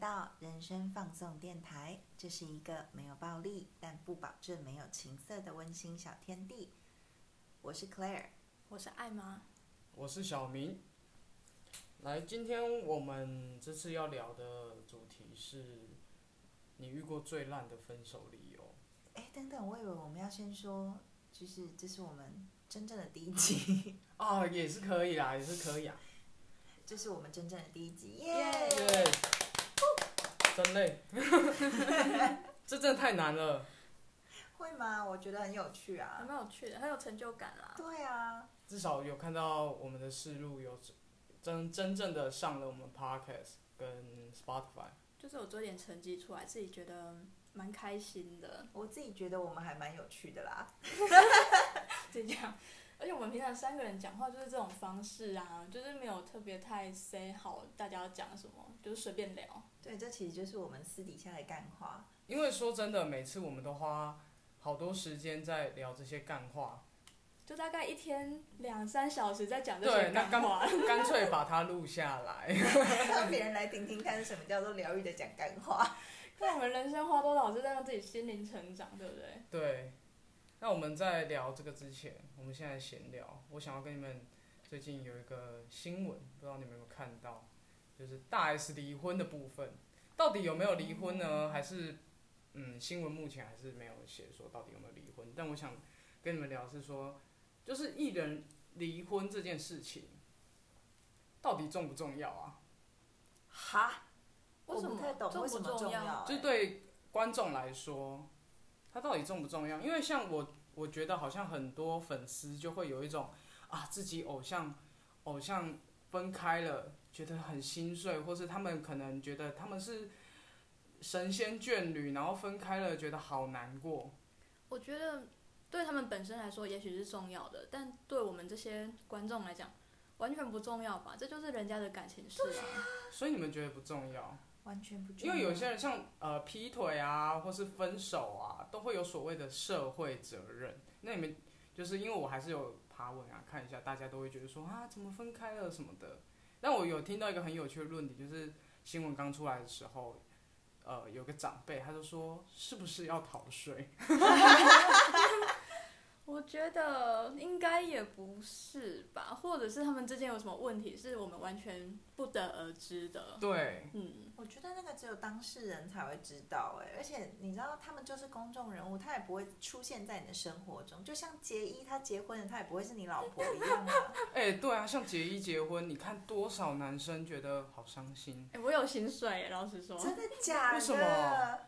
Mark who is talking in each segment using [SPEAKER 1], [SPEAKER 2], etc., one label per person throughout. [SPEAKER 1] 到人生放送电台，这是一个没有暴力，但不保证没有情色的温馨小天地。我是 Claire，
[SPEAKER 2] 我是艾妈，
[SPEAKER 3] 我是小明。来，今天我们这次要聊的主题是，你遇过最烂的分手理由。
[SPEAKER 1] 哎，等等，我以为我们要先说，就是这是我们真正的第一集，
[SPEAKER 3] 啊，也是可以啦，也是可以啊。
[SPEAKER 1] 这是我们真正的第一集，耶、
[SPEAKER 3] 对，真累。 这真的太难了。
[SPEAKER 1] 会吗？我觉得很有趣
[SPEAKER 2] 还
[SPEAKER 1] 啊。
[SPEAKER 2] 蛮有趣的，很有成就感啦。
[SPEAKER 1] 对啊，
[SPEAKER 3] 至少有看到我们的试录有真真正的上了我们 Podcast 跟 Spotify。
[SPEAKER 2] 就是我做点成绩出来，自己觉得蛮开心的，
[SPEAKER 1] 我自己觉得我们还蛮有趣的啦。
[SPEAKER 2] 就这样。而且我们平常三个人讲话就是这种方式啊，就是没有特别太 say 好大家要讲什么，就是随便聊。
[SPEAKER 1] 对，这其实就是我们私底下的干话。
[SPEAKER 3] 因为说真的，每次我们都花好多时间在聊这些干话，
[SPEAKER 2] 就大概一天两三小时在讲这
[SPEAKER 3] 对，
[SPEAKER 2] 些
[SPEAKER 3] 那
[SPEAKER 2] 干
[SPEAKER 3] 干
[SPEAKER 2] 话，
[SPEAKER 3] 干脆把它录下来。
[SPEAKER 1] 让别人来听听看，什么叫做疗愈的讲干话。
[SPEAKER 2] 看我们人生花多少是在让自己心灵成长，对不对？
[SPEAKER 3] 对，那我们在聊这个之前，我们现在闲聊。我想要跟你们最近有一个新闻，不知道你们有没有看到，就是大 S 离婚的部分，到底有没有离婚呢？还是嗯，新闻目前还是没有写说到底有没有离婚。但我想跟你们聊是说，就是艺人离婚这件事情，到底重不重要啊？
[SPEAKER 1] 哈，
[SPEAKER 2] 为什
[SPEAKER 1] 我
[SPEAKER 2] 么
[SPEAKER 1] 不太懂
[SPEAKER 2] 重
[SPEAKER 1] 为
[SPEAKER 2] 不
[SPEAKER 1] 什么重
[SPEAKER 2] 重要
[SPEAKER 1] 要、
[SPEAKER 3] 就对观众来说，它到底重不重要？因为像我，我觉得好像很多粉丝就会有一种啊，自己偶像偶像分开了，觉得很心碎，或是他们可能觉得他们是神仙眷侣，然后分开了，觉得好难过。
[SPEAKER 2] 我觉得对他们本身来说也许是重要的，但对我们这些观众来讲完全不重要吧？这就是人家的感情事啊。
[SPEAKER 3] 所以你们觉得不重要？
[SPEAKER 1] 完全不重
[SPEAKER 3] 因
[SPEAKER 1] 要。
[SPEAKER 3] 为有些人像呃劈腿啊，或是分手啊，都会有所谓的社会责任。那你们就是因为我还是有爬文啊，看一下，大家都会觉得说啊，怎么分开了什么的。但我有听到一个很有趣的论点，就是新闻刚出来的时候，呃，有个长辈他就说，是不是要逃税？
[SPEAKER 2] 我觉得应该也不是吧，或者是他们之间有什么问题，是我们完全不得而知的。
[SPEAKER 3] 对，
[SPEAKER 2] 嗯，
[SPEAKER 1] 我觉得那个只有当事人才会知道哎、而且你知道他们就是公众人物，他也不会出现在你的生活中，就像杰伊他结婚了，他也不会是你老婆一样 啊。
[SPEAKER 3] 哎、对啊，像结一结婚，你看多少男生觉得好伤心。
[SPEAKER 2] 哎、我有心碎，老实说。
[SPEAKER 1] 真的假的？
[SPEAKER 3] 为什么？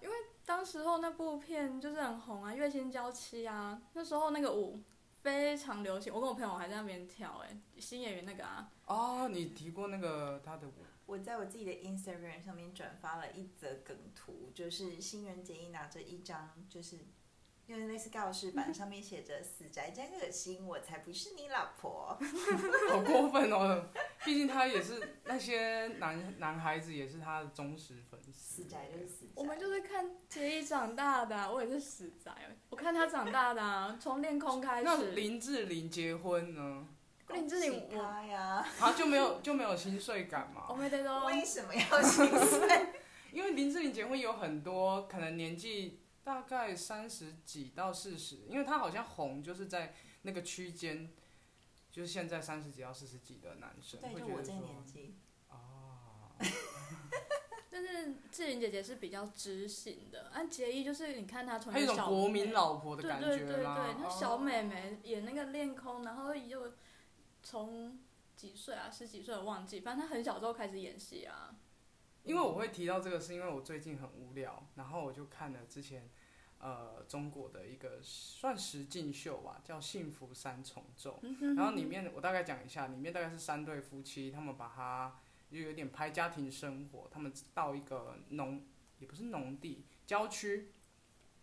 [SPEAKER 2] 当时候那部片就是很红啊，《月薪娇妻》啊，那时候那个舞非常流行，我跟我朋友还在那边跳、哎，新演员那个啊，
[SPEAKER 3] 哦，你提过那个他的
[SPEAKER 1] 我在我自己的 Instagram 上面转发了一则梗图，就是新垣结衣拿着一张就是。因为类似告示 板上面写着“死宅真恶心，我才不是你老婆
[SPEAKER 3] 好过分哦！毕竟他也是那些男男孩子，也是他的忠实粉”，
[SPEAKER 1] 死
[SPEAKER 3] 丝。
[SPEAKER 1] 宅就是死宅。
[SPEAKER 2] 我们就是看杰一长大的啊、我也是死宅，我看他长大的、啊，从恋空开
[SPEAKER 3] 那
[SPEAKER 2] 始。
[SPEAKER 3] 林志玲结婚呢，
[SPEAKER 2] 林志玲
[SPEAKER 1] 恭喜他呀，
[SPEAKER 3] 他就没有就没有心碎感
[SPEAKER 2] 我
[SPEAKER 3] 嘛？
[SPEAKER 2] 没得到，
[SPEAKER 1] 为什么要心碎？
[SPEAKER 3] 因为林志玲结婚有很多可能年纪大概三十几到四十，因为她好像红就是在那个区间，就是现在三十几到四十几的男生
[SPEAKER 1] 对，
[SPEAKER 3] 会
[SPEAKER 1] 就
[SPEAKER 3] 觉
[SPEAKER 1] 我
[SPEAKER 3] 得
[SPEAKER 1] 这个
[SPEAKER 3] 说
[SPEAKER 1] 年纪，
[SPEAKER 3] 啊，
[SPEAKER 2] 但是志玲姐姐是比较知性的，按杰一就是你看她从
[SPEAKER 3] 还有一种
[SPEAKER 2] 小
[SPEAKER 3] 国民老婆的
[SPEAKER 2] 对
[SPEAKER 3] 感
[SPEAKER 2] 对
[SPEAKER 3] 觉
[SPEAKER 2] 对对，
[SPEAKER 3] 啦。哦
[SPEAKER 2] 那小妹妹演那个恋空，然后又从几岁啊，十几岁我忘记，反正她很小时候开始演戏啊。
[SPEAKER 3] 因为我会提到这个，是因为我最近很无聊，然后我就看了之前，呃，中国的一个算实境秀吧，叫《幸福三重奏》。
[SPEAKER 2] 嗯
[SPEAKER 3] 然后里面我大概讲一下，里面大概是三对夫妻，他们把它就有点拍家庭生活，他们到一个农也不是农地郊区，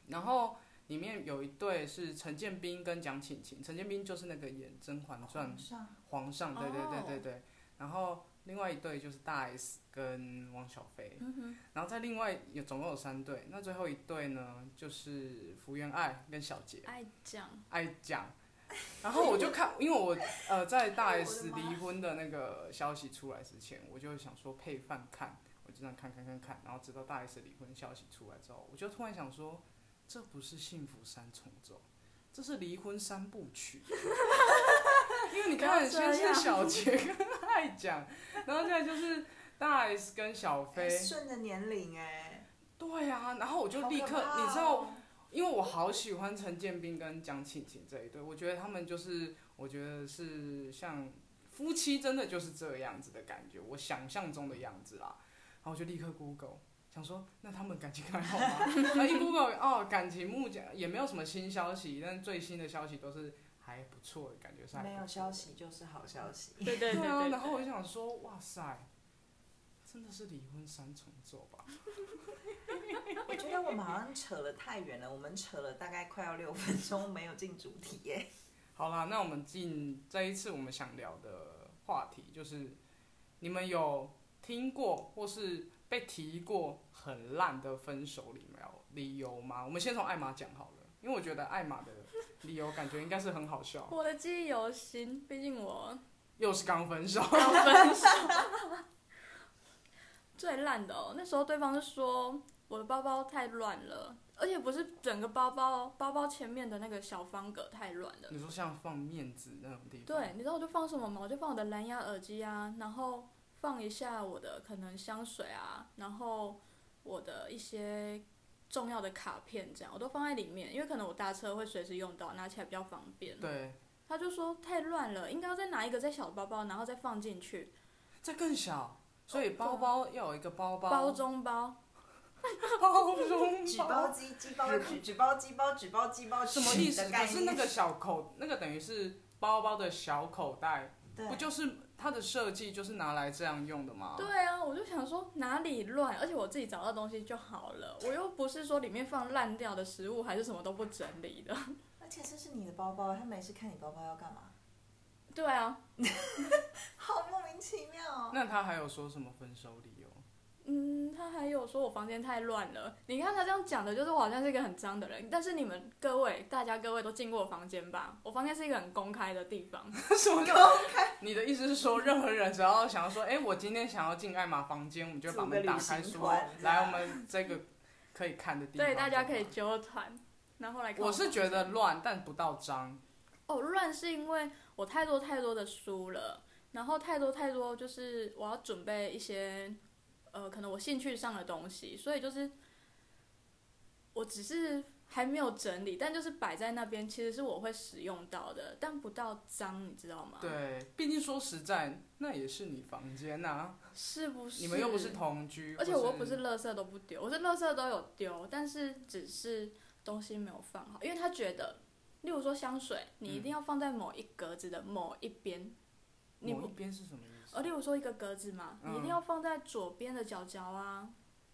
[SPEAKER 3] 然后里面有一对是陈建斌跟蒋勤勤，陈建斌就是那个演《甄嬛传》
[SPEAKER 1] 皇上
[SPEAKER 3] 皇上，对对
[SPEAKER 2] 哦
[SPEAKER 3] 对对对。然后另外一对就是大 S 跟汪小菲，
[SPEAKER 2] 嗯
[SPEAKER 3] 然后再另外有总共有三对，那最后一对呢就是福原爱跟小杰
[SPEAKER 2] 爱讲，
[SPEAKER 3] 爱讲。然后我 就看，因为我呃在大
[SPEAKER 1] 哎呦我的
[SPEAKER 3] S
[SPEAKER 1] 妈
[SPEAKER 3] 离婚的那个消息出来之前，我就想说配饭看，我就这样看看看看，然后直到大 S 离婚消息出来之后，我就突然想说，这不是幸福三重奏，这是离婚三 部曲。因为你看，
[SPEAKER 2] 不要
[SPEAKER 3] 先
[SPEAKER 2] 这样
[SPEAKER 3] 是小杰跟爱讲，然后现在就是大 S 跟小 飞，
[SPEAKER 1] 顺着年龄哎、
[SPEAKER 3] 对啊，然后我就立
[SPEAKER 1] 好可
[SPEAKER 3] 刻，
[SPEAKER 1] 怕哦
[SPEAKER 3] 你知道，因为我好喜欢陈建斌跟蒋勤勤这一对，我觉得他们就是，我觉得是像夫妻真的就是这样子的感觉，我想象中的样子啦。然后我就立刻 Google，想说那他们感情还好吗？然后一 Google 哦，感情目前也没有什么新消息，但最新的消息都是还不错的感觉是还不
[SPEAKER 1] 没有
[SPEAKER 3] 错
[SPEAKER 1] 消
[SPEAKER 3] 的
[SPEAKER 1] 息就是好消息。
[SPEAKER 2] 对 对对
[SPEAKER 3] 啊，
[SPEAKER 2] 对
[SPEAKER 3] 然后我就想说，哇塞，真的是离婚三重奏吧？
[SPEAKER 1] 我觉得我们好像扯了太远了，我们扯了大概快要六分钟，没有进主题耶。
[SPEAKER 3] 好啦，那我们进这一次我们想聊的话题就是，你们有听过或是被提过很烂的分手理由理由吗？我们先从艾玛讲好了，因为我觉得艾玛的理由感觉应该是很 好笑，
[SPEAKER 2] 我的记忆犹新，毕竟我
[SPEAKER 3] 又是刚分手，
[SPEAKER 2] 刚分手， 最烂的哦。那时候对方是说我的包包太乱了，而且不是整个包包哦，包包前面的那个小方格太乱了。
[SPEAKER 3] 你说像放面子那种地方，
[SPEAKER 2] 对，你知道我就放什么吗？我就放我的蓝牙耳机啊，然后放一下我的可能香水啊，然后我的一些重要的卡片这样，我都放在里面，因为可能我搭车会随时用到，拿起来比较方便。
[SPEAKER 3] 对，
[SPEAKER 2] 他就说太乱了，应该要再拿一个在小包包，然后再放进去
[SPEAKER 3] 这更小。所以包包要有一个包包，
[SPEAKER 2] 包中包。
[SPEAKER 3] 包中
[SPEAKER 1] 举包机，机包举，举包机包，举包机包，
[SPEAKER 3] 什么意思？
[SPEAKER 1] 举的概
[SPEAKER 3] 可
[SPEAKER 1] 念
[SPEAKER 3] 是那个小口，那个等于是包包的小口袋，
[SPEAKER 1] 对
[SPEAKER 3] 不就是它的设计就是拿来这样用的吗？
[SPEAKER 2] 对啊，我就想说哪里乱，而且我自己找到东西就好了，我又不是说里面放烂掉的食物还是什么都不整理的。
[SPEAKER 1] 而且这是你的包包，他每次看你包包要干 嘛？
[SPEAKER 2] 对啊，
[SPEAKER 1] 好莫名其妙哦。
[SPEAKER 3] 那他还有说什么分手理由？
[SPEAKER 2] 嗯，他还有说我房间太乱了。你看他这样讲的，就是我好像是一个很脏的人。但是你们各位，大家各位都进过我房间吧？我房间是一个很公开的地方。
[SPEAKER 3] 什么叫？你的意思是说，任何人只要想要说，哎、我今天想要进艾玛房间，我们就会把
[SPEAKER 1] 组个
[SPEAKER 3] 门打
[SPEAKER 1] 旅行
[SPEAKER 3] 开说
[SPEAKER 1] 团，
[SPEAKER 3] 来，我们这个可以看的地方。
[SPEAKER 2] 对，大家可以。揪团，然后来看
[SPEAKER 3] 我是
[SPEAKER 2] 房
[SPEAKER 3] 觉得
[SPEAKER 2] 间
[SPEAKER 3] 乱，但不到脏。
[SPEAKER 2] 哦，乱是因为我太多太多的书了，然后太多太多就是我要准备一些呃，可能我兴趣上的东西，所以就是我只是还没有整理，但就是摆在那边，其实是我会使用到的，但不到脏，你知道吗？，
[SPEAKER 3] 对，毕竟说实在，那也是你房间呐、啊
[SPEAKER 2] 是不是？
[SPEAKER 3] 你们又不是同居，
[SPEAKER 2] 而且我又不
[SPEAKER 3] 或
[SPEAKER 2] 是垃圾都不丢，我是垃圾都有丢，但是只是东西没有放好，因为他觉得，例如说香水，你
[SPEAKER 3] 嗯
[SPEAKER 2] 一定要放在某一格子的某一边，你
[SPEAKER 3] 某一
[SPEAKER 2] 不，
[SPEAKER 3] 边是什么意
[SPEAKER 2] 哦
[SPEAKER 3] 思？
[SPEAKER 2] 而例如说一个格子嘛，你一定
[SPEAKER 3] 嗯
[SPEAKER 2] 要放在左边的角角啊，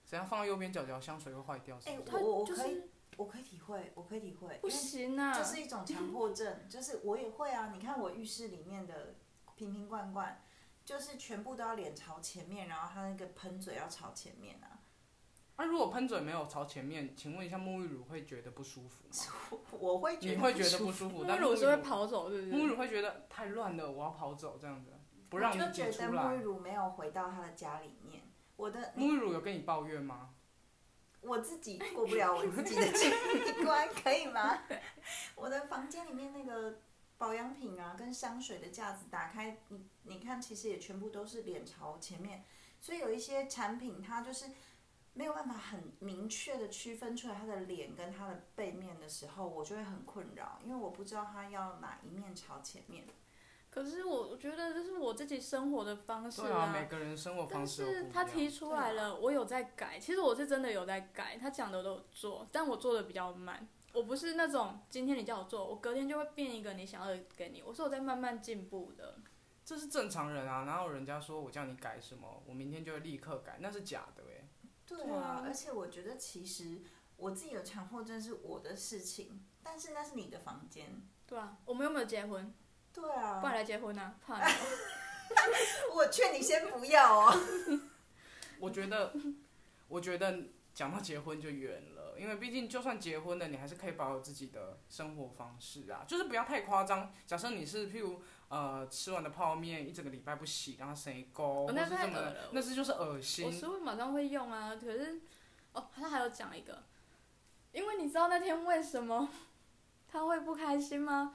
[SPEAKER 3] 怎样放右边角角，香水会坏掉是不是？
[SPEAKER 2] 他
[SPEAKER 1] 我我
[SPEAKER 2] 就
[SPEAKER 1] 可以
[SPEAKER 2] 是
[SPEAKER 1] 我可以体会，我可以体会，
[SPEAKER 2] 不行
[SPEAKER 3] 嗯
[SPEAKER 2] 啊
[SPEAKER 1] 这，是一种强迫症， 就是我也会啊。你看我浴室里面的瓶瓶罐罐，就是全部都要脸朝前面，然后它那个喷嘴要朝前面啊。
[SPEAKER 3] 那、如果喷嘴没有朝前面，请问一下，沐浴乳会觉得不舒服吗？
[SPEAKER 1] 我会觉
[SPEAKER 3] 你
[SPEAKER 1] 得
[SPEAKER 3] 会
[SPEAKER 1] 不
[SPEAKER 3] 觉
[SPEAKER 1] 舒
[SPEAKER 3] 得
[SPEAKER 1] 服
[SPEAKER 3] 不舒服，
[SPEAKER 2] 沐
[SPEAKER 3] 但
[SPEAKER 2] 浴
[SPEAKER 3] 沐
[SPEAKER 2] 乳
[SPEAKER 3] 浴
[SPEAKER 2] 是会跑嗯走，对不
[SPEAKER 3] 沐浴
[SPEAKER 2] 对？
[SPEAKER 3] 乳会觉得太乱了，我要跑走这样子，不让
[SPEAKER 1] 我
[SPEAKER 3] 你
[SPEAKER 1] 就觉
[SPEAKER 3] 挤
[SPEAKER 1] 得
[SPEAKER 3] 出
[SPEAKER 1] 沐浴
[SPEAKER 3] 来。
[SPEAKER 1] 乳没有回到他的家里面。我的
[SPEAKER 3] 沐浴乳有跟你抱怨吗？
[SPEAKER 1] 我自己过不 了我自己的这一关，可以吗？ 我的房间里面那个保养品啊，跟香水的架子打开，你你看，其实也全部都是脸朝前面，所以有一些产品它就是没有办法很明确的区分出来它的脸跟它的背面的时候，我就会很困扰，因为我不知道它要哪一面朝前面。
[SPEAKER 2] 可是我我觉得这是我自己生活的方式
[SPEAKER 3] 对啊，每个人生活方
[SPEAKER 2] 但
[SPEAKER 3] 式都不一
[SPEAKER 2] 是
[SPEAKER 3] 样。
[SPEAKER 2] 他提出来
[SPEAKER 1] 对
[SPEAKER 2] 了，我有在改。其实我是真的有在改，他讲的我都有做，但我做的比较慢。我不是那种今天你叫我做，我隔天就会变一个你想要的给你。我是我在慢慢进步的。
[SPEAKER 3] 这是正常人啊，哪有人家说我叫你改什么，我明天就会立刻改，那是假的哎、
[SPEAKER 1] 对
[SPEAKER 2] 对
[SPEAKER 1] 啊
[SPEAKER 2] 啊，
[SPEAKER 1] 而且我觉得其实我自己有强迫症是我的事情，但是那是你的房间。
[SPEAKER 2] 对啊，我们有没有结婚？
[SPEAKER 1] 对啊，
[SPEAKER 2] 不然来结婚啊， 怕你哦
[SPEAKER 1] 我劝你先不要哦。
[SPEAKER 3] 我觉得，我觉得讲到结婚就远了，的，因为毕竟就算结婚了，你还是可以保有自己的生活方式啊，就是不要太夸张。假设你是譬如呃吃完的泡面一整个礼拜不洗，然后生一沟，
[SPEAKER 2] 哦
[SPEAKER 3] 或
[SPEAKER 2] 那
[SPEAKER 3] 是
[SPEAKER 2] 太
[SPEAKER 3] 什么
[SPEAKER 2] 恶
[SPEAKER 3] 的
[SPEAKER 2] 了，
[SPEAKER 3] 那是就是恶
[SPEAKER 2] 我
[SPEAKER 3] 心
[SPEAKER 2] 食物马上会用啊，可是哦，他还有讲一个，因为你知道那天为什么 他会不开心吗？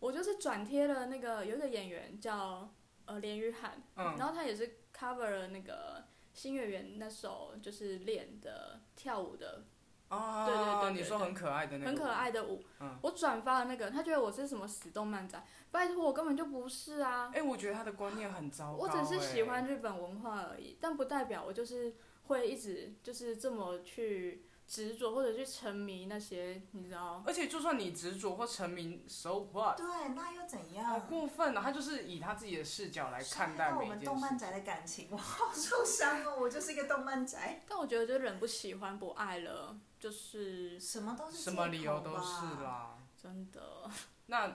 [SPEAKER 2] 我就是转贴了那个有一个演员叫呃连雨涵，
[SPEAKER 3] 嗯
[SPEAKER 2] 然后他也是 cover 了那个新月圆那首就是练的跳舞的
[SPEAKER 3] 啊。
[SPEAKER 2] 哦对对对对对
[SPEAKER 3] 你说很可爱的那个，
[SPEAKER 2] 很可爱。的舞，
[SPEAKER 3] 嗯
[SPEAKER 2] 我转发了那个，他觉得我是什么死动漫仔，拜托我根本就不是啊
[SPEAKER 3] 哎、，我觉得他的观念很糟糕、
[SPEAKER 2] 我只是喜欢
[SPEAKER 3] 哎，
[SPEAKER 2] 日本文化而已，但不代表我就是会一直就是这么去执着或者去沉迷那些，你知道？
[SPEAKER 3] 而且就算你执着或沉迷，so
[SPEAKER 2] 啊
[SPEAKER 3] what？
[SPEAKER 1] 对，那又怎
[SPEAKER 3] 好
[SPEAKER 1] 样？
[SPEAKER 3] 过分啊！他就是以他自己的视角来看
[SPEAKER 1] 伤害
[SPEAKER 3] 待
[SPEAKER 1] 到
[SPEAKER 3] 每
[SPEAKER 1] 我
[SPEAKER 3] 一
[SPEAKER 1] 们
[SPEAKER 3] 件
[SPEAKER 1] 动漫
[SPEAKER 3] 事。
[SPEAKER 1] 宅的感情，我好受伤哦！我就是一个动漫宅，
[SPEAKER 2] 但我觉得就人不喜欢不爱了，就是
[SPEAKER 1] 什么都是
[SPEAKER 3] 什么理由
[SPEAKER 1] 借口
[SPEAKER 3] 都
[SPEAKER 1] 吧
[SPEAKER 3] 是。啦。
[SPEAKER 2] 真的。
[SPEAKER 3] 那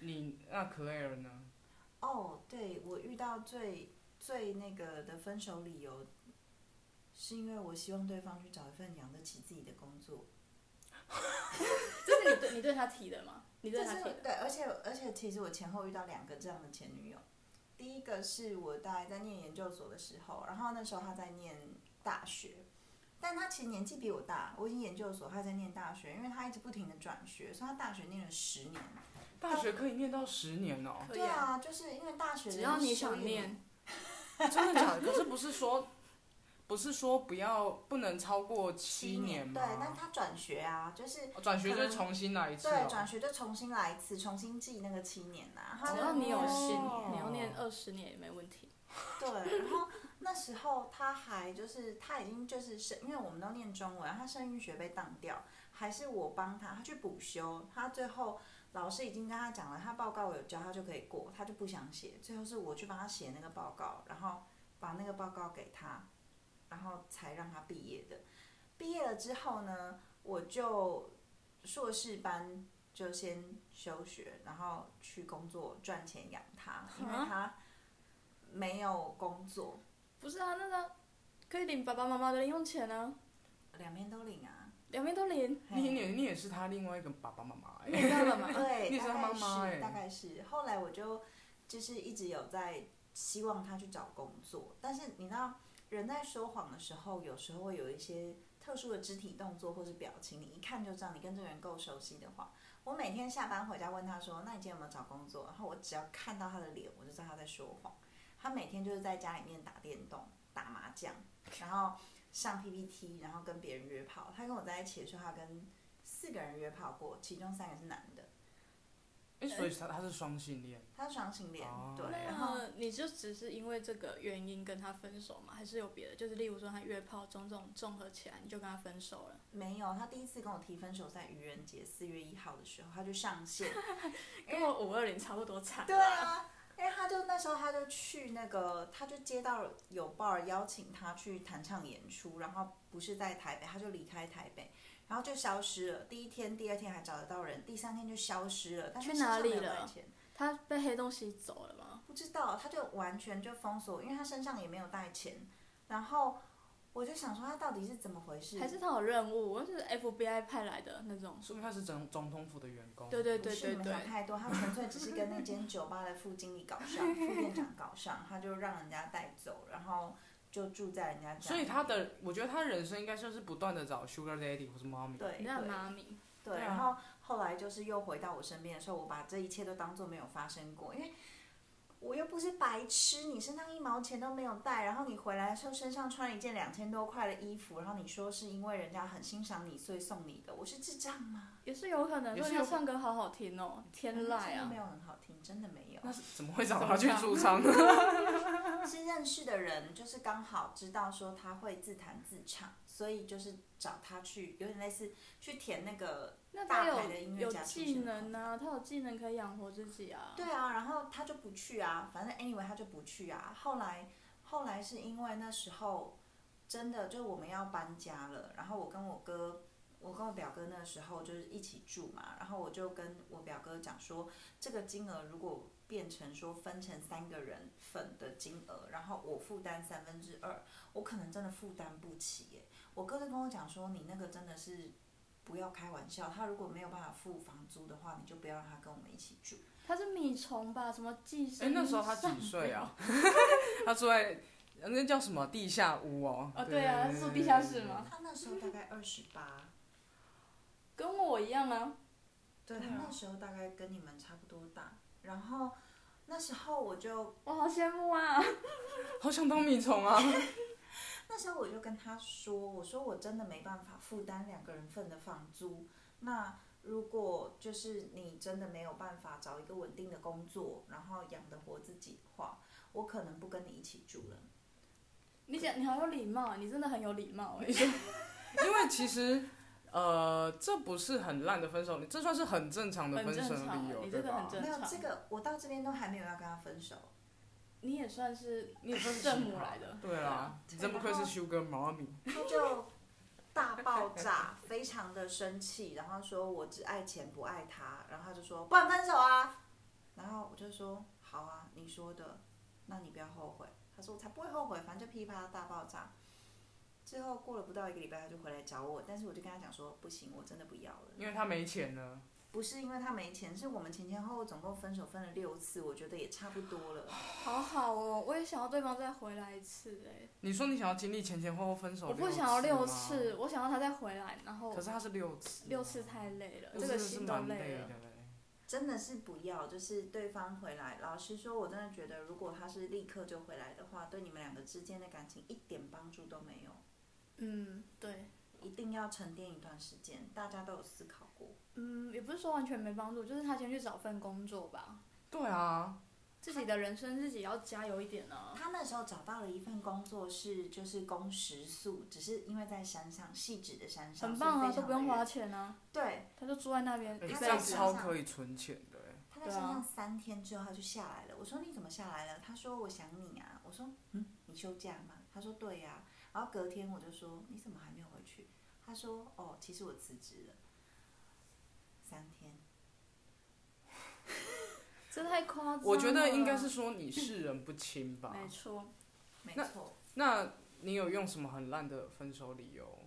[SPEAKER 3] 你那可爱尔呢？
[SPEAKER 1] 哦，对我遇到最最那个的分手理由，是因为我希望对方去找一份养得起自己的工作。
[SPEAKER 2] 这是你对你对他提的吗？你对
[SPEAKER 1] 这
[SPEAKER 2] 他提
[SPEAKER 1] 是
[SPEAKER 2] 的？
[SPEAKER 1] 对，而且而且其实我前后遇到两个这样的前女友，第一个是我大概在念研究所的时候，然后那时候她在念大学，但她其实年纪比我大，我已经研究所，她在念大学，因为她一直不停的转学，所以她大学念了十年。
[SPEAKER 3] 大学可以念到十年哦、
[SPEAKER 2] 可以
[SPEAKER 1] 对，啊，就是因为大学
[SPEAKER 2] 只要你想
[SPEAKER 1] 修业
[SPEAKER 2] 念，
[SPEAKER 3] 真的假的？可是不是说，不是说不要不能超过七年吗？
[SPEAKER 1] 对，但她转学啊，就是
[SPEAKER 3] 哦转学就是重新来一次、
[SPEAKER 1] 对，
[SPEAKER 3] 哦
[SPEAKER 1] 转学就重新来一次，重新记那个七年呐、啊。他
[SPEAKER 2] 只
[SPEAKER 1] 就
[SPEAKER 2] 要你有心，
[SPEAKER 3] 哦
[SPEAKER 2] 你要念二十年也没问题。
[SPEAKER 1] 对，然后那时候他还就是他已经就是是因为我们都念中文，他声韵学被当掉，还是我帮他，他去补修，他最后老师已经跟他讲了，他报告有交，他就可以过，他就不想写，最后是我去帮他写那个报告，然后把那个报告给他，然后才让他毕业的。毕业了之后呢，我就硕士班就先休学，然后去工作赚钱养他，因为
[SPEAKER 2] 啊
[SPEAKER 1] 他没有工作，
[SPEAKER 2] 不是啊，那个可以领爸爸妈妈的零用钱啊，两
[SPEAKER 1] 两边都领啊。
[SPEAKER 2] 两边都领，
[SPEAKER 3] 你你你也是他另外一个爸爸妈妈、
[SPEAKER 2] 你
[SPEAKER 1] 嗯
[SPEAKER 3] 欸，
[SPEAKER 2] 爸爸妈妈。
[SPEAKER 1] 对，
[SPEAKER 3] 你
[SPEAKER 1] 大
[SPEAKER 3] 是他
[SPEAKER 1] 概
[SPEAKER 3] 妈妈欸
[SPEAKER 1] 是大概是。后来我就就是一直有在希望他去找工作，但是你知道，人在说谎的时候，有时候会有一些特殊的肢体动作或是表情，你一看就知道你跟这个人够熟悉的话。我每天下班回家问他说：“那你今天有没有找工作？”然后我只要看到他的脸，我就知道他在说谎。他每天就是在家里面打电动、打麻将，然后上 PPT，然后跟别人约炮。他跟我在一起的时候，他跟四个人约炮过，其中三个是男的。
[SPEAKER 3] 哎、所以他他是双性恋，
[SPEAKER 1] 他是双性恋，
[SPEAKER 3] 哦
[SPEAKER 1] 对，然后
[SPEAKER 2] 那你就只是因为这个原因跟他分手吗？还是有别的？就是例如说他约炮种种综合起来，你就跟他分手了？
[SPEAKER 1] 没有他第一次跟我提分手，在愚人节四月一号的时候，他就上 线，
[SPEAKER 2] 跟我五二零差不多惨。
[SPEAKER 1] 对啊，因为他就那时候他就去那个，他就接到有 bar 邀请他去弹唱演出，然后不是在台北，他就离开台北，然后就消失了。第一天、第二天还找得到人，第三天就消失了，但是
[SPEAKER 2] 去哪里
[SPEAKER 1] 身上没有
[SPEAKER 2] 了
[SPEAKER 1] 带钱
[SPEAKER 2] 他被黑洞吸走了吗？
[SPEAKER 1] 不知道，他就完全就封锁，因为他身上也没有带钱，然后。我就想说他到底是怎么回 事？
[SPEAKER 2] 还是他有任务？我是 FBI 派来的那种。
[SPEAKER 3] 说明他是总总统府的员工。
[SPEAKER 2] 对对
[SPEAKER 1] 不
[SPEAKER 2] 对
[SPEAKER 1] 是你
[SPEAKER 2] 对
[SPEAKER 1] 们
[SPEAKER 2] 对
[SPEAKER 1] 想。太多，他纯粹只是跟那间酒吧的副经理搞上，副店长搞上，他就让人家带走，然后就住在人家家。
[SPEAKER 3] 所以他的，我觉得他人生应该就是不断的找 Sugar Daddy 或是 Mommy。
[SPEAKER 1] 对对
[SPEAKER 2] 你知道妈咪，
[SPEAKER 1] 对，
[SPEAKER 3] 对啊
[SPEAKER 1] 然后后来就是又回到我身边的时候，我把这一切都当做没有发生过，因为我又不是白痴，你身上一毛钱都没有带，然后你回来的时候身上穿了一件两千多块的衣服，然后你说是因为人家很欣赏你，所以送你的，我是智障吗？
[SPEAKER 2] 也是有可能。
[SPEAKER 3] 也
[SPEAKER 2] 说
[SPEAKER 3] 是有
[SPEAKER 2] 他唱歌好好听哦，天籁
[SPEAKER 1] 真的
[SPEAKER 2] 啊
[SPEAKER 1] 没！有很好听，真的没有。
[SPEAKER 3] 那是怎么会找他去驻唱？
[SPEAKER 1] 是认识的人，就是刚好知道说他会自弹自唱，所以就是找他去，有点类似去填那个。
[SPEAKER 2] 那他
[SPEAKER 1] 大牌的音
[SPEAKER 2] 有
[SPEAKER 1] 乐
[SPEAKER 2] 有
[SPEAKER 1] 家出
[SPEAKER 2] 技
[SPEAKER 1] 现
[SPEAKER 2] 能啊，他有技能可以养活自己啊。
[SPEAKER 1] 对啊，然后他就不去啊，反正 anyway 他就不去啊。后来后来是因为那时候真的就是我们要搬家了，然后我跟我哥。我跟我表哥那时候就是一起住嘛，然后我就跟我表哥讲说，这个金额如果变成说分成三个人份的金额，然后我负担三分之二，我可能真的负担不起耶。我哥就跟我讲说，你那个真的是不要开玩笑，他如果没有办法付房租的话，你就不要让他跟我们一起住。
[SPEAKER 2] 它是米虫吧？什么寄生？
[SPEAKER 3] 哎、那时候他几岁啊？ 他住在那叫什么地下屋哦？
[SPEAKER 2] 哦对啊住地下室吗
[SPEAKER 1] 他那时候大概二十八，
[SPEAKER 2] 跟我一样啊。
[SPEAKER 1] 对
[SPEAKER 2] 对
[SPEAKER 1] 他
[SPEAKER 2] 啊
[SPEAKER 1] 那时候大概跟你们差不多大，然后那时候我就
[SPEAKER 2] 我好羡慕啊！
[SPEAKER 3] 好想当米虫啊！
[SPEAKER 1] 那时候我就跟他说，我说我真的没办法负担两个人份的房租。那如果就是你真的没有办法找一个稳定的工作，然后养得活自己的话，我可能不跟你一起住了。
[SPEAKER 2] 你讲你好有礼貌，你真的很有礼貌哎、
[SPEAKER 3] 因为其实，呃，这不是很烂的分手，这算是很正常的
[SPEAKER 2] 很
[SPEAKER 3] 分
[SPEAKER 2] 正
[SPEAKER 3] 手
[SPEAKER 2] 常
[SPEAKER 3] 理由，
[SPEAKER 2] 你
[SPEAKER 3] 对
[SPEAKER 2] 这个
[SPEAKER 3] 吧
[SPEAKER 2] 很？正
[SPEAKER 1] 没有
[SPEAKER 2] 常
[SPEAKER 1] 这个，我到这边都还没有要跟他分手。
[SPEAKER 2] 你也算是
[SPEAKER 3] 你也算是
[SPEAKER 2] 圣
[SPEAKER 3] 奇葩
[SPEAKER 2] 母来的，
[SPEAKER 3] 对啊，
[SPEAKER 1] 对
[SPEAKER 3] 真不愧是修哥毛米。
[SPEAKER 1] 他就大爆 炸，非常的生气，然后说我只爱钱不爱他，然后他就说不然分手啊，然后我就说好啊，你说的，那你不要后悔。他说我才不会后悔，反正就噼里啪啦大爆炸。之后过了不到一个礼拜，他就回来找我，但是我就跟他讲说不行，我真的不要了。
[SPEAKER 3] 因为他没钱呢。
[SPEAKER 1] 不是因为他没钱，是我们前前后后总共分手分了六次，我觉得也差不多了。
[SPEAKER 2] 好好哦，我也想要对方再回来一次哎、
[SPEAKER 3] 你说你想要经历前前后后分手，
[SPEAKER 2] 我不想要六
[SPEAKER 3] 哦次
[SPEAKER 2] 次，我想要他再回来，然后
[SPEAKER 3] 吗，可是他是六次，
[SPEAKER 2] 六次太累了，
[SPEAKER 3] 六
[SPEAKER 2] 这个
[SPEAKER 3] 次真的是
[SPEAKER 2] 心都
[SPEAKER 3] 蛮累
[SPEAKER 2] 累了。
[SPEAKER 3] 的嘞。
[SPEAKER 1] 真的是不要，就是对方回来。老实说，我真的觉得，如果他是立刻就回来的话，对你们两个之间的感情一点帮助都没有。
[SPEAKER 2] 嗯，对，
[SPEAKER 1] 一定要沉淀一段时间，大家都有思考过。
[SPEAKER 2] 嗯，也不是说完全没帮助，就是他先去找份工作吧，
[SPEAKER 3] 对啊，
[SPEAKER 2] 自己的人生自己要加油一点啊。
[SPEAKER 1] 他那时候找到了一份工作是就是供食宿，只是因为在山上，细致的山上，
[SPEAKER 2] 很棒
[SPEAKER 1] 所
[SPEAKER 2] 啊，都
[SPEAKER 1] 以非常
[SPEAKER 2] 不用
[SPEAKER 1] 的
[SPEAKER 2] 花
[SPEAKER 1] 远。
[SPEAKER 2] 钱啊，
[SPEAKER 1] 对，
[SPEAKER 2] 他就住在那边
[SPEAKER 3] 哎
[SPEAKER 2] 一
[SPEAKER 1] 他
[SPEAKER 3] 这
[SPEAKER 2] 辈
[SPEAKER 3] 样
[SPEAKER 1] 在
[SPEAKER 2] 子
[SPEAKER 1] 想
[SPEAKER 2] 啊。
[SPEAKER 3] 超
[SPEAKER 1] 象
[SPEAKER 3] 可以存钱的欸。
[SPEAKER 1] 他在
[SPEAKER 2] 对啊
[SPEAKER 1] 山上三天之后他就下来了。我说你怎么下来了？他说我想你啊。我说嗯，你休假吗？他说对呀、然后隔天我就说你怎么还没有回去？他说哦，其实我辞职了。三天，
[SPEAKER 2] 这太夸张了。
[SPEAKER 3] 我觉得应该是说你世人不清吧。
[SPEAKER 2] 没错，
[SPEAKER 1] 没
[SPEAKER 3] 那
[SPEAKER 1] 错。
[SPEAKER 3] 那你有用什么很烂的分手理由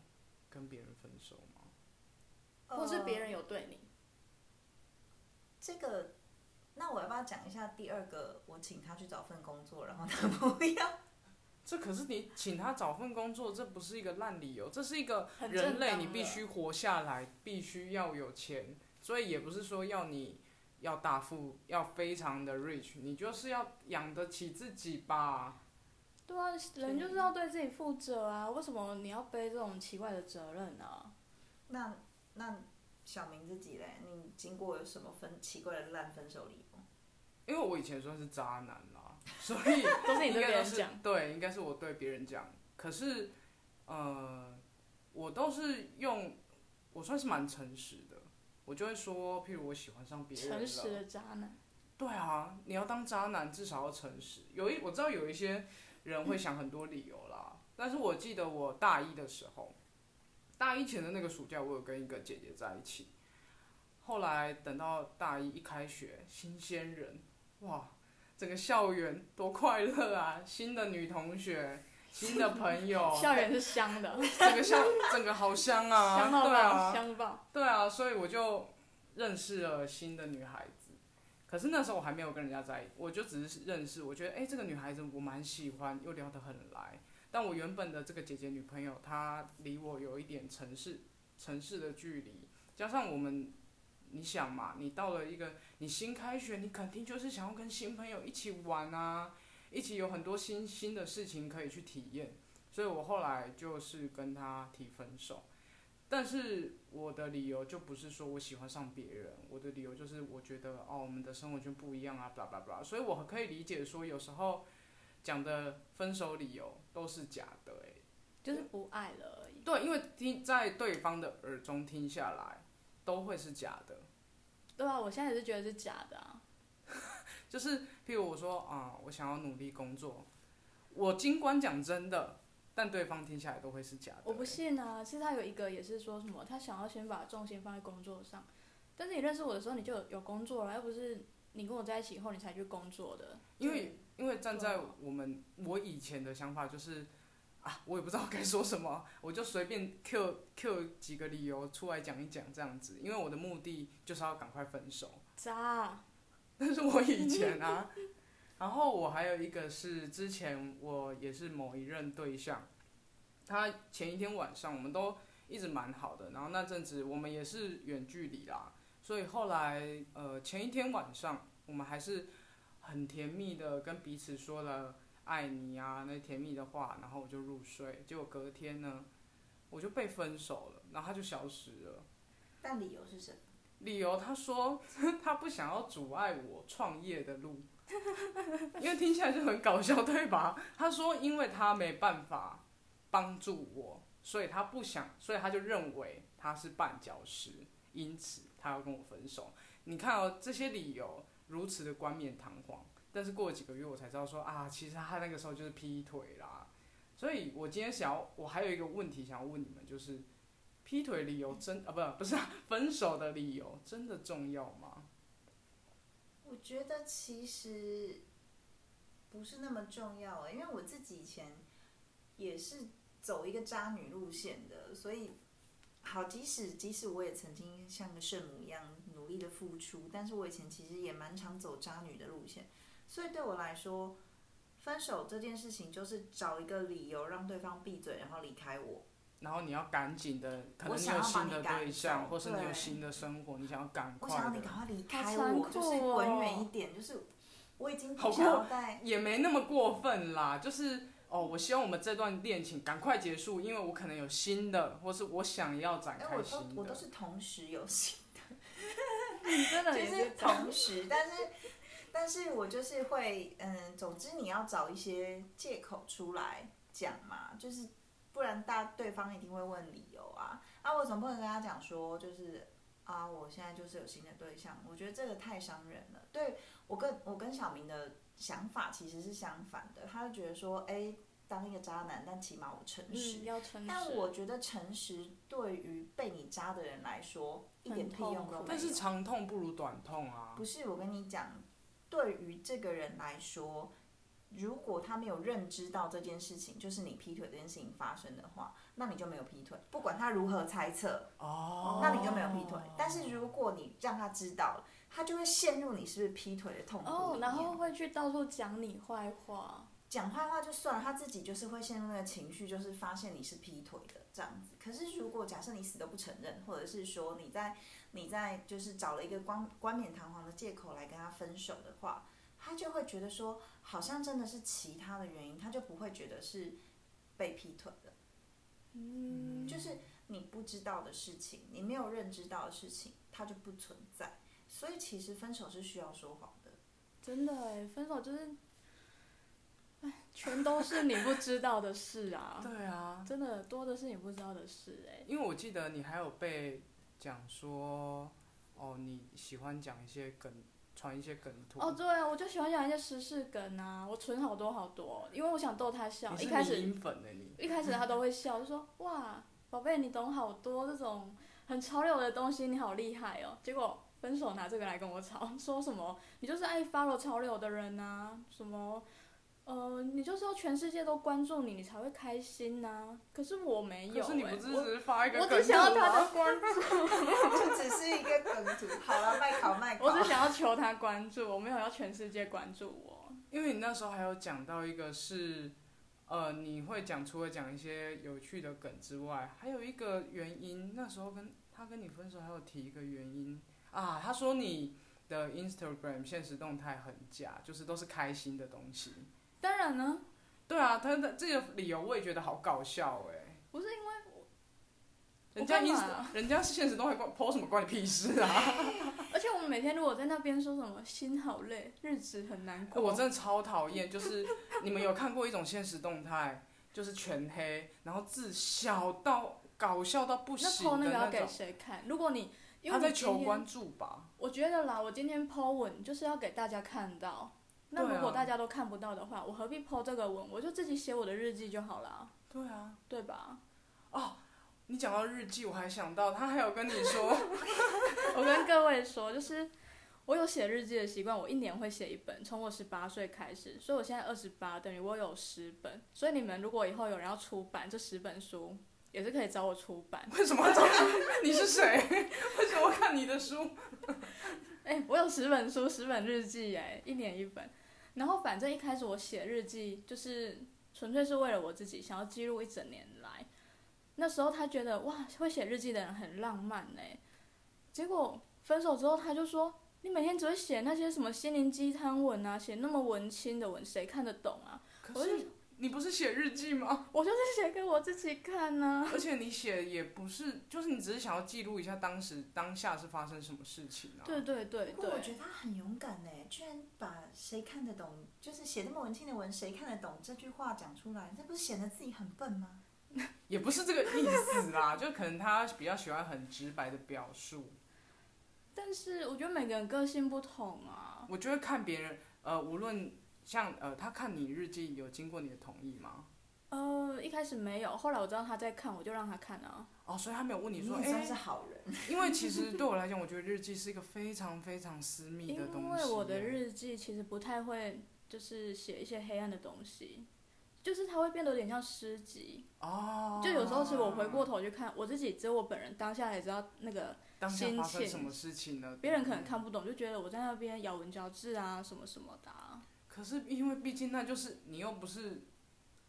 [SPEAKER 3] 跟别人分手吗？
[SPEAKER 2] 或是别人
[SPEAKER 1] 有
[SPEAKER 2] 有对你，
[SPEAKER 1] 呃这个，那我要不要讲一下第二个？我请他去找份工作，然后他不要。
[SPEAKER 3] 这可是你请他找份工作，这不是一个烂理由，这是一个
[SPEAKER 2] 很正
[SPEAKER 3] 人类
[SPEAKER 2] 当
[SPEAKER 3] 你
[SPEAKER 2] 的
[SPEAKER 3] 必须活下来，必须要有钱，所以也不是说要你要大富，要非常的 rich，你就是要养得起自己吧。
[SPEAKER 2] 对啊，人就是要对自己负责啊，为什么你要背这种奇怪的责任呢、啊？
[SPEAKER 1] 那那小明自己嘞，你经过有什么分奇怪的烂分手理由？
[SPEAKER 3] 因为我以前算是渣男啦，所以
[SPEAKER 2] 都是你
[SPEAKER 3] 应
[SPEAKER 2] 对别
[SPEAKER 3] 该都
[SPEAKER 2] 人
[SPEAKER 3] 是
[SPEAKER 2] 讲。
[SPEAKER 3] 对，应该是我对别人讲。可是，呃，我都是用，我算是蛮诚实的，我就会说，譬如我喜欢上别人了，
[SPEAKER 2] 诚实的渣男，
[SPEAKER 3] 对啊，你要当渣男，至少要诚实。有一我知道有一些人会想很多理由啦，但是我记得我大一的时候，大一前的那个暑假，我有跟一个姐姐在一起。后来等到大一一开学，新鲜人，哇，整个校园多快乐啊！新的女同学，新的朋友
[SPEAKER 2] ，校园是香的，
[SPEAKER 3] 整个校整个好香 啊，
[SPEAKER 2] 香到
[SPEAKER 3] 对
[SPEAKER 2] 爆，
[SPEAKER 3] 啊，
[SPEAKER 2] 香爆。
[SPEAKER 3] 对啊，所以我就认识了新的女孩子。可是那时候我还没有跟人家在一起，我就只是认识。我觉得，哎、这个女孩子我蛮喜欢，又聊得很来。但我原本的这个姐姐女朋友，她离我有一点城市城市的距离，加上我们，你想嘛，你到了一个你新开学，你肯定就是想要跟新朋友一起玩啊，一起有很多新新的事情可以去体验。所以我后来就是跟她提分手。但是我的理由就不是说我喜欢上别人，我的理由就是我觉得哦，我们的生活圈不一样啊，blah blah blah，所以我可以理解说有时候讲的分手理由都是假的、欸，
[SPEAKER 2] 就是不爱了而已。
[SPEAKER 3] 对，因为听在对方的耳中听下来都会是假的，
[SPEAKER 2] 对啊，我现在也是觉得是假的啊。
[SPEAKER 3] 就是譬如我说啊、我想要努力工作，我尽管讲真的，但对方听下来都会是假的、
[SPEAKER 2] 我不
[SPEAKER 3] 欸
[SPEAKER 2] 信啊，其实他有一个也是说什么，他想要先把重心放在工作上，但是你认识我的时候你就有有工作了，又不是你跟我在一起以后你才去工作的。
[SPEAKER 3] 因为因为站
[SPEAKER 2] 对
[SPEAKER 3] 在
[SPEAKER 2] 啊
[SPEAKER 3] 我们我以前的想法就是，啊，我也不知道该说什么，我就随便 Q Q 几个理由出来讲一讲这样子，因为我的目的就是要赶快分手。
[SPEAKER 2] 渣，啊
[SPEAKER 3] 但是我以前啊，然后我还有一个是之前我也是某一任对象，他前一天晚上我们都一直蛮好的，然后那阵子我们也是远距离啦，所以后来呃前一天晚上我们还是很甜蜜的跟彼此说了爱你啊那甜蜜的话，然后我就入睡，结果隔天呢我就被分手了，然后他就消失了。
[SPEAKER 1] 但理由是什么？
[SPEAKER 3] 理由，他说 他不想要阻碍我创业的路， 因为听起来就很搞笑，对吧？他说因为他没办法帮助我，所以他不想，所以他就认为他是绊脚石，因此他要跟我分手。你看哦，这些理由如此的冠冕堂皇，但是过了几个月我才知道说啊，其实他那个时候就是劈腿啦。所以我今天想要，我还有一个问题想要问你们，就是劈腿理由真啊，不不是啊分手的理由真的重要吗？
[SPEAKER 1] 我觉得其实不是那么重要欸因为我自己以前也是走一个渣女路线的，所以好，即使即使我也曾经像个圣母一样努力的付出，但是我以前其实也蛮常走渣女的路线，所以对我来说，分手这件事情就是找一个理由让对方闭嘴，然后离开我。
[SPEAKER 3] 然后你要赶紧的，可
[SPEAKER 1] 我
[SPEAKER 3] 能你
[SPEAKER 1] 想
[SPEAKER 3] 有
[SPEAKER 1] 要把
[SPEAKER 3] 新
[SPEAKER 1] 你
[SPEAKER 3] 的
[SPEAKER 1] 赶
[SPEAKER 3] 对象，
[SPEAKER 1] 走
[SPEAKER 3] 或是你有
[SPEAKER 1] 对
[SPEAKER 3] 新的生活，你想要赶
[SPEAKER 1] 我
[SPEAKER 3] 快
[SPEAKER 1] 想要你
[SPEAKER 3] 的，
[SPEAKER 1] 赶快离开
[SPEAKER 2] 好残
[SPEAKER 1] 我，
[SPEAKER 2] 酷
[SPEAKER 1] 就是
[SPEAKER 2] 哦
[SPEAKER 1] 滚远一点，就是我已经
[SPEAKER 3] 好
[SPEAKER 1] 不
[SPEAKER 3] 过
[SPEAKER 1] 想要再
[SPEAKER 3] 也没那么过分啦。就是哦，我希望我们这段恋情赶快结束，因为我可能有新的，或是我想要展
[SPEAKER 1] 哎、
[SPEAKER 3] 开
[SPEAKER 1] 我都
[SPEAKER 3] 新
[SPEAKER 1] 我都
[SPEAKER 3] 的。
[SPEAKER 1] 是同时有新，
[SPEAKER 2] 你真的
[SPEAKER 1] 就
[SPEAKER 2] 也
[SPEAKER 1] 是
[SPEAKER 2] 渣
[SPEAKER 1] 同时，但是但是我就是会，嗯，总之你要找一些借口出来讲嘛，就是不然大对方一定会问理由啊，啊，我总不能跟他讲说就是。啊，我现在就是有新的对象，我觉得这个太伤人了。对我跟我跟小明的想法其实是相反的，他就觉得说，哎、当一个渣男，但起码我诚实
[SPEAKER 2] 嗯，，要诚实。
[SPEAKER 1] 但我觉得诚实对于被你渣的人来说一点屁用都没有。
[SPEAKER 3] 但是长痛不如短痛啊。
[SPEAKER 1] 不是我跟你讲，对于这个人来说，如果他没有认知到这件事情，就是你劈腿这件事情发生的话，那你就没有劈腿，不管他如何猜测，
[SPEAKER 3] 哦，
[SPEAKER 1] 那你就没有劈腿。但是如果你让他知道了，他就会陷入你是不是劈腿的痛苦
[SPEAKER 2] 哦
[SPEAKER 1] 里，
[SPEAKER 2] 然后
[SPEAKER 1] 面
[SPEAKER 2] 会去到处讲你坏话，
[SPEAKER 1] 讲坏话就算了，他自己就是会陷入那个情绪，就是发现你是劈腿的这样子。可是如果假设你死都不承认，或者是说你在你在就是找了一个冠冠冕堂皇的借口来跟他分手的话，他就会觉得说好像真的是其他的原因，他就不会觉得是被劈腿了。
[SPEAKER 2] 嗯，
[SPEAKER 1] 就是你不知道的事情，你没有认知到的事情，它就不存在。所以其实分手是需要说谎的。
[SPEAKER 2] 真的哎，分手就是，哎，全都是你不知道的事啊，
[SPEAKER 3] 对啊，
[SPEAKER 2] 真的多的是你不知道的事哎。
[SPEAKER 3] 因为我记得你还有被讲说，哦，你喜欢讲一些梗，传一些梗图。
[SPEAKER 2] 哦，对啊，我就喜欢讲一些时事梗啊，我存好多好多，因为我想逗他
[SPEAKER 1] 哦
[SPEAKER 2] 笑。
[SPEAKER 3] 你
[SPEAKER 2] 一
[SPEAKER 3] 是
[SPEAKER 2] 开
[SPEAKER 3] 迷
[SPEAKER 2] 始
[SPEAKER 3] 因粉呢、你。
[SPEAKER 2] 一开始他都会笑，就说哇，宝贝你懂好多这种很潮流的东西，你好厉害哦。结果分手拿这个来跟我吵，说什么你就是爱 follow 潮流的人呐、什么呃你就是要全世界都关注你，你才会开心呐、可是我没有、欸，
[SPEAKER 3] 可是你不是
[SPEAKER 2] 我
[SPEAKER 3] 只是发一个
[SPEAKER 2] 我
[SPEAKER 3] 梗图啊
[SPEAKER 2] 只想要他
[SPEAKER 3] 吗
[SPEAKER 2] 的关注，
[SPEAKER 1] 就只是一个梗图，好了，卖考卖考。
[SPEAKER 2] 我只想要求他关注，我没有要全世界关注我。
[SPEAKER 3] 因为你那时候还有讲到一个是，呃，你会讲除了讲一些有趣的梗之外，还有一个原因，那时候跟他跟你分手还有提一个原因啊，他说你的 Instagram 现实动态很假，就是都是开心的东西。
[SPEAKER 2] 当然呢，
[SPEAKER 3] 对啊，他的这个理由我也觉得好搞笑哎、
[SPEAKER 2] 不是因为我
[SPEAKER 3] 人家
[SPEAKER 2] 干嘛啊
[SPEAKER 3] ins 人家现实动态关 po 什么关你屁事啊！
[SPEAKER 2] 而且我们每天如果在那边说什么心好累，日子很难过，
[SPEAKER 3] 哎我真的超讨厌，就是你们有看过一种现实动态，就是全黑，然后字小到搞笑到不
[SPEAKER 2] 那
[SPEAKER 3] 行
[SPEAKER 2] PO 那
[SPEAKER 3] 的
[SPEAKER 2] 个要给
[SPEAKER 3] 种。
[SPEAKER 2] 谁看？如果你因为
[SPEAKER 3] 他
[SPEAKER 2] 你
[SPEAKER 3] 在
[SPEAKER 2] 今
[SPEAKER 3] 求
[SPEAKER 2] 天
[SPEAKER 3] 关注吧？
[SPEAKER 2] 我觉得啦，我今天 Po 文就是要给大家看到。那
[SPEAKER 3] 对啊
[SPEAKER 2] 如果大家都看不到的话，我何必 Po 这个文？我就自己写我的日记就好啦，
[SPEAKER 3] 对啊，哦
[SPEAKER 2] 对吧？
[SPEAKER 3] 你讲到日记，我还想到他还有跟你说，
[SPEAKER 2] 我跟各位说，就是我有写日记的习惯，我一年会写一本，从我十八岁开始，所以我现在二十八，等于我有十本。所以你们如果以后有人要出版这十本书，也是可以找我出版。
[SPEAKER 3] 为什么要找你？你是谁？ 为什么要看你的书？
[SPEAKER 2] 哎、我有十本书，十本日记，哎，一年一本。然后反正一开始我写日记，就是纯粹是为了我自己，想要记录一整年来。那时候他觉得哇，会写日记的人很浪漫哎。结果分手之后，他就说：“你每天只会写那些什么心灵鸡汤文啊，写那么文青的文，谁看得懂啊
[SPEAKER 3] 可是你不是写日记吗？？”
[SPEAKER 2] 我就是写给我自己看呢、
[SPEAKER 3] 而且你写也不是，就是你只是想要记录一下当时当下是发生什么事情啊。
[SPEAKER 2] 对对对
[SPEAKER 1] 不过我觉
[SPEAKER 2] 对，
[SPEAKER 1] 得他很勇敢呢，居然把谁看得懂，就是写那么文青的文，谁看得懂这句话讲出来，那不是显得自己很笨吗？
[SPEAKER 3] 也不是这个意思啦， 就可能他比较喜欢很直白的表述。
[SPEAKER 2] 但是我觉得每个人个性不同啊。
[SPEAKER 3] 我觉得看别人，呃，无论像呃，他看你日记有经过你的同意吗？
[SPEAKER 2] 呃，一开始没有，后来我知道他在看，我就让他看啊。
[SPEAKER 3] 哦，所以他没有问你说，
[SPEAKER 1] 也
[SPEAKER 3] 哎、
[SPEAKER 1] 算是好人，
[SPEAKER 3] 因为其实对我来讲，我觉得日记是一个非常非常私密的东西。啊
[SPEAKER 2] 因为我的，日记其实不太会，就是写一些黑暗的东西，就是它会变得有点像诗集。
[SPEAKER 3] 哦，
[SPEAKER 2] 就有时候其实我回过头去看我自己，只有我本人当下也知道那个，
[SPEAKER 3] 当下
[SPEAKER 2] 心
[SPEAKER 3] 发生
[SPEAKER 2] 情
[SPEAKER 3] 什么事情呢？
[SPEAKER 2] 别人可能看不懂，就觉得我在那边咬文嚼字啊什么什么的、啊。
[SPEAKER 3] 可是因为毕竟那就是你又不是，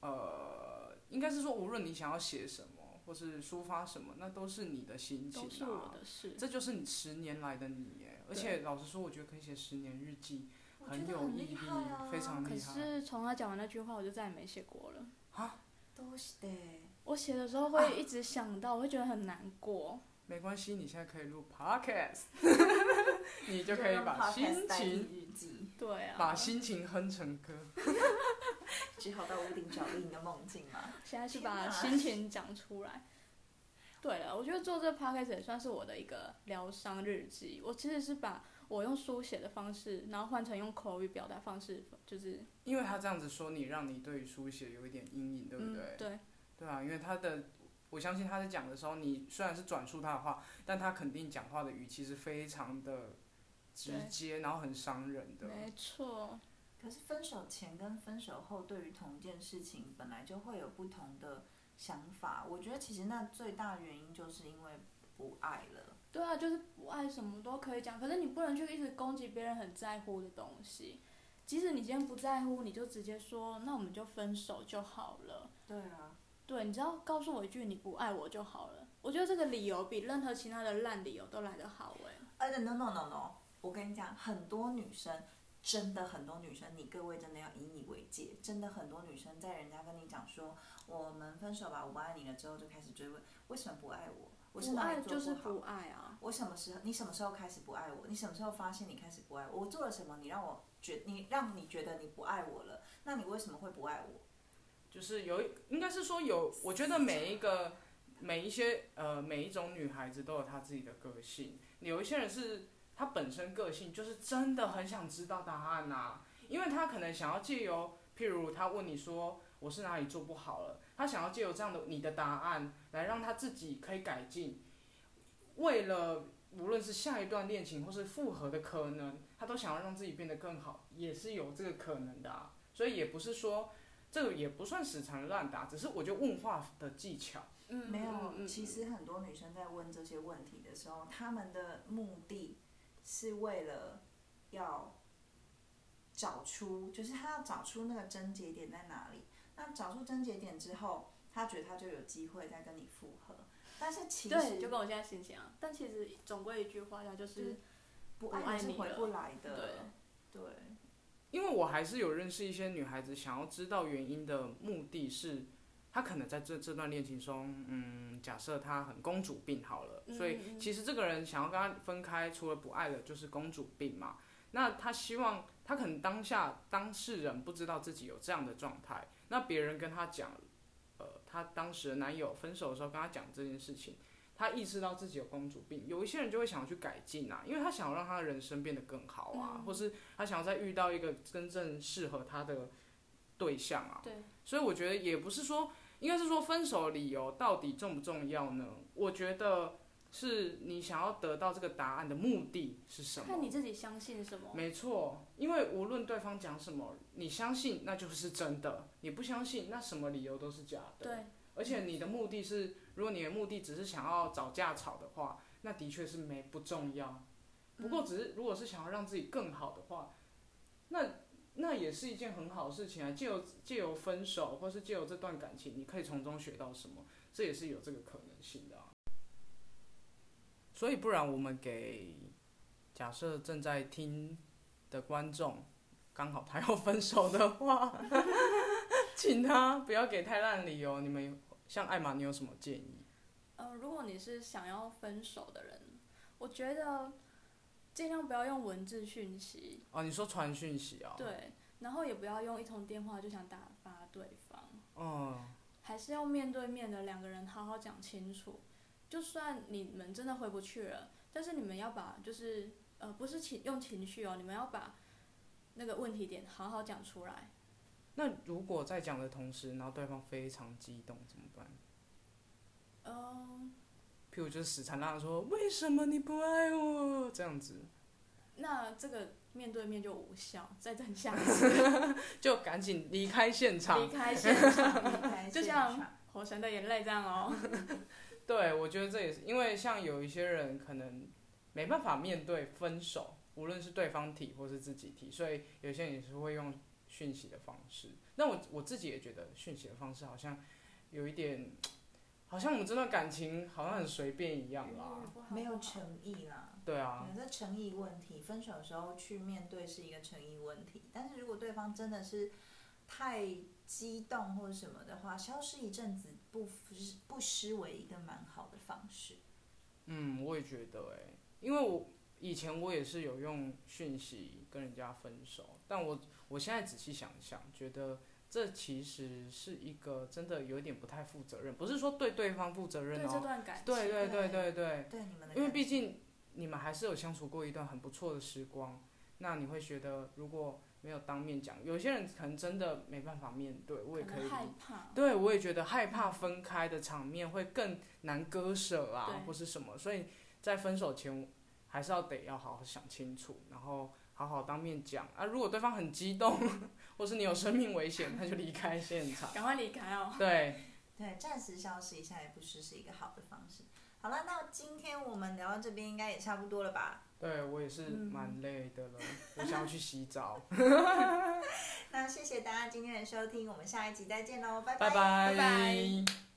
[SPEAKER 3] 呃，应该是说无论你想要写什么或是抒发什么，那都是你的心情啊。
[SPEAKER 2] 都是我的事。
[SPEAKER 3] 这就是你十年来的你耶。而
[SPEAKER 2] 对
[SPEAKER 3] 且老实说，我觉得可以写十年日记，
[SPEAKER 1] 我觉得
[SPEAKER 3] 有
[SPEAKER 1] 很
[SPEAKER 3] 意义，
[SPEAKER 1] 厉害啊，
[SPEAKER 3] 非常
[SPEAKER 2] 可
[SPEAKER 3] 厉害。
[SPEAKER 2] 是从他讲完那句话，我就再也没写过了。
[SPEAKER 1] 都是的。
[SPEAKER 2] 我写的时
[SPEAKER 3] 啊
[SPEAKER 2] 候会一直想到，我会觉得很难过。
[SPEAKER 3] 没关系，你现在可以录 podcast，你就可以把心情
[SPEAKER 1] 日记，
[SPEAKER 2] 对啊，
[SPEAKER 3] 把心情哼成歌。
[SPEAKER 1] 只好到屋顶找另一个梦境嘛。
[SPEAKER 2] 现在是
[SPEAKER 1] 天
[SPEAKER 2] 把
[SPEAKER 1] 哪
[SPEAKER 2] 心情讲出来。对了，我觉得做这 podcast 也算是我的一个疗伤日记。我其实是把我用书写的方式，然后换成用口语表达方式，就是
[SPEAKER 3] 因为他这样子说你，让你对于书写有一点阴影，对不对？
[SPEAKER 2] 嗯，对，
[SPEAKER 3] 对啊，因为他的，我相信他在讲的时候，你虽然是转述他的话，但他肯定讲话的语气是非常的直
[SPEAKER 2] 对
[SPEAKER 3] 接，然后很伤人的。
[SPEAKER 2] 没错，
[SPEAKER 1] 可是分手前跟分手后，对于同一件事情本来就会有不同的想法。我觉得其实那最大原因就是因为不爱了。
[SPEAKER 2] 对啊，就是不爱什么都可以讲，可是你不能去一直攻击别人很在乎的东西。即使你今天不在乎，你就直接说，那我们就分手就好了。
[SPEAKER 1] 对啊，
[SPEAKER 2] 对，你只要告诉我一句你不爱我就好了。我觉得这个理由比任何其他的烂理由都来得好哎、
[SPEAKER 1] 呃，no no no no，我跟你讲，很多女生真的很多女生，你各位真的要引以为戒，真的很多女生在人家跟你讲说我们分手吧，我不爱你了之后，就开始追问为什么不爱我，我是
[SPEAKER 2] 不
[SPEAKER 1] 哪
[SPEAKER 2] 爱
[SPEAKER 1] 里做
[SPEAKER 2] 就是
[SPEAKER 1] 好
[SPEAKER 2] 不。爱啊，
[SPEAKER 1] 我什么时候？你什么时候开始不爱我？你什么时候发现你开始不爱我？我做了什么？你让我觉，你让你觉得你不爱我了？那你为什么会不爱我？
[SPEAKER 3] 就是有一，应该是说有，我觉得每一个每一些呃每一种女孩子都有她自己的个性，有一些人是她本身个性就是真的很想知道答案呐、因为她可能想要借由，譬如她问你说我是哪里做不好了，她想要借由这样的你的答案来让她自己可以改进，为了。无论是下一段恋情或是复合的可能，她都想要让自己变得更好，也是有这个可能的、啊。所以也不是说这个也不算死缠烂打，只是我觉得问话的技巧，
[SPEAKER 2] 嗯，
[SPEAKER 1] 没
[SPEAKER 2] 嗯
[SPEAKER 1] 有，
[SPEAKER 2] 嗯
[SPEAKER 1] 其实很多女生在问这些问题的时候，她们的目的是为了要找出，就是她要找出那个症结点在哪里。那找出症结点之后，她觉得她就有机会再跟你复合。但是其
[SPEAKER 2] 对，
[SPEAKER 1] 实
[SPEAKER 2] 就跟我现在心情啊。但其实总归一句话呀，就是
[SPEAKER 1] 不
[SPEAKER 2] 不爱
[SPEAKER 1] 爱你是
[SPEAKER 2] 你
[SPEAKER 1] 回
[SPEAKER 2] 了
[SPEAKER 1] 不来的
[SPEAKER 2] 对。
[SPEAKER 1] 对，
[SPEAKER 3] 因为我还是有认识一些女孩子，想要知道原因的目的是，她可能在这这段恋情中，嗯，假设她很公主病好了，
[SPEAKER 2] 嗯
[SPEAKER 3] 所以
[SPEAKER 2] 嗯
[SPEAKER 3] 其实这个人想要跟她分开，除了不爱了，就是公主病嘛。那她希望，她可能当下当事人不知道自己有这样的状态，那别人跟她讲，呃，她当时的男友分手的时候跟她讲这件事情。她意识到自己有公主病，有一些人就会想要去改进啊，因为她想要让她的人生变得更好啊，
[SPEAKER 2] 嗯
[SPEAKER 3] 或是她想要再遇到一个真正适合她的对象啊。
[SPEAKER 2] 对，
[SPEAKER 3] 所以我觉得也不是说，应该是说分手理由到底重不重要呢？我觉得是你想要得到这个答案的目的是什么
[SPEAKER 2] 看。你自己相信什么。
[SPEAKER 3] 没错，因为无论对方讲什么，你相信那就是真的，你不相信那什么理由都是假的。
[SPEAKER 2] 对，
[SPEAKER 3] 而且你的目的是，如果你的目的只是想要找架吵的话，那的确是没不重要。
[SPEAKER 2] 嗯
[SPEAKER 3] 不过，只是如果是想要让自己更好的话，那那也是一件很好的事情啊。借由借由分手，或是借由这段感情，你可以从中学到什么，这也是有这个可能性的啊、所以，不然我们给假设正在听的观众，刚好他要分手的话， 请他不要给太烂理由。你们像艾玛，你有什么建议？
[SPEAKER 2] 呃，如果你是想要分手的人，我觉得尽量不要用文字讯息，
[SPEAKER 3] 哦，你说传讯息啊、哦？，
[SPEAKER 2] 对，然后也不要用一通电话就想打发对方，
[SPEAKER 3] 嗯，
[SPEAKER 2] 还是要面对面的两个人好好讲清楚。就算你们真的回不去了，但是你们要把就是呃不是情用情绪哦，你们要把那个问题点好好讲出来。
[SPEAKER 3] 那如果在讲的同时，然后对方非常激动怎么办？
[SPEAKER 2] 嗯、
[SPEAKER 3] 譬如就是死缠烂打说为什么你不爱我这样子，
[SPEAKER 2] 那这个面对面就无效，再等下一次
[SPEAKER 3] 就赶紧离开现
[SPEAKER 2] 离
[SPEAKER 3] 场。
[SPEAKER 2] 开现场。就
[SPEAKER 1] 就
[SPEAKER 2] 像火神的眼泪这样哦。
[SPEAKER 3] 对，我觉得这也是因为像有一些人可能没办法面对分手，无论是对方提或是自己提，所以有些人也是会用讯息的方式。那我我自己也觉得讯息的方式好像有一点，好像我们这段感情好像很随便一样啦。
[SPEAKER 1] 没有诚意啦。
[SPEAKER 3] 对啊，
[SPEAKER 1] 有这诚意问题，分手的时候去面对是一个诚意问题。但是如果对方真的是太激动或者什么的话，消失一阵子不失不失为一个蛮好的方式。
[SPEAKER 3] 嗯，我也觉得哎、因为我以前我也是有用讯息跟人家分手，但我我现在仔细想一想，觉得这其实是一个真的有点不太负责任，不是说对对方负责任
[SPEAKER 2] 对这
[SPEAKER 3] 哦，
[SPEAKER 2] 段感情，
[SPEAKER 3] 对对
[SPEAKER 1] 对
[SPEAKER 3] 对对对，
[SPEAKER 1] 对你们的感情，
[SPEAKER 3] 因为毕竟你们还是有相处过一段很不错的时光，那你会觉得如果没有当面讲，有些人可能真的没办法面对，我也
[SPEAKER 2] 可
[SPEAKER 3] 可以理
[SPEAKER 2] 能害
[SPEAKER 3] 解。
[SPEAKER 2] 怕，
[SPEAKER 3] 对，我也觉得害怕分开的场面会更难割舍啊
[SPEAKER 2] 对，
[SPEAKER 3] 或是什么，所以在分手前还是要得要好好想清楚，然后好好当面讲啊。如果对方很激动，或是你有生命危险，那就离开 现场。
[SPEAKER 2] 赶快离开哦。
[SPEAKER 3] 对，
[SPEAKER 1] 对，暂时消失一下也不失是一个好的方式。好了，那今天我们聊到这边应该也差不多了吧？
[SPEAKER 3] 对我也是
[SPEAKER 1] 嗯
[SPEAKER 3] 蛮累的了，我想要去 洗澡，
[SPEAKER 1] 那谢谢大家今天的收听，我们下一集再见喽，拜
[SPEAKER 3] 拜
[SPEAKER 1] 拜
[SPEAKER 2] 拜拜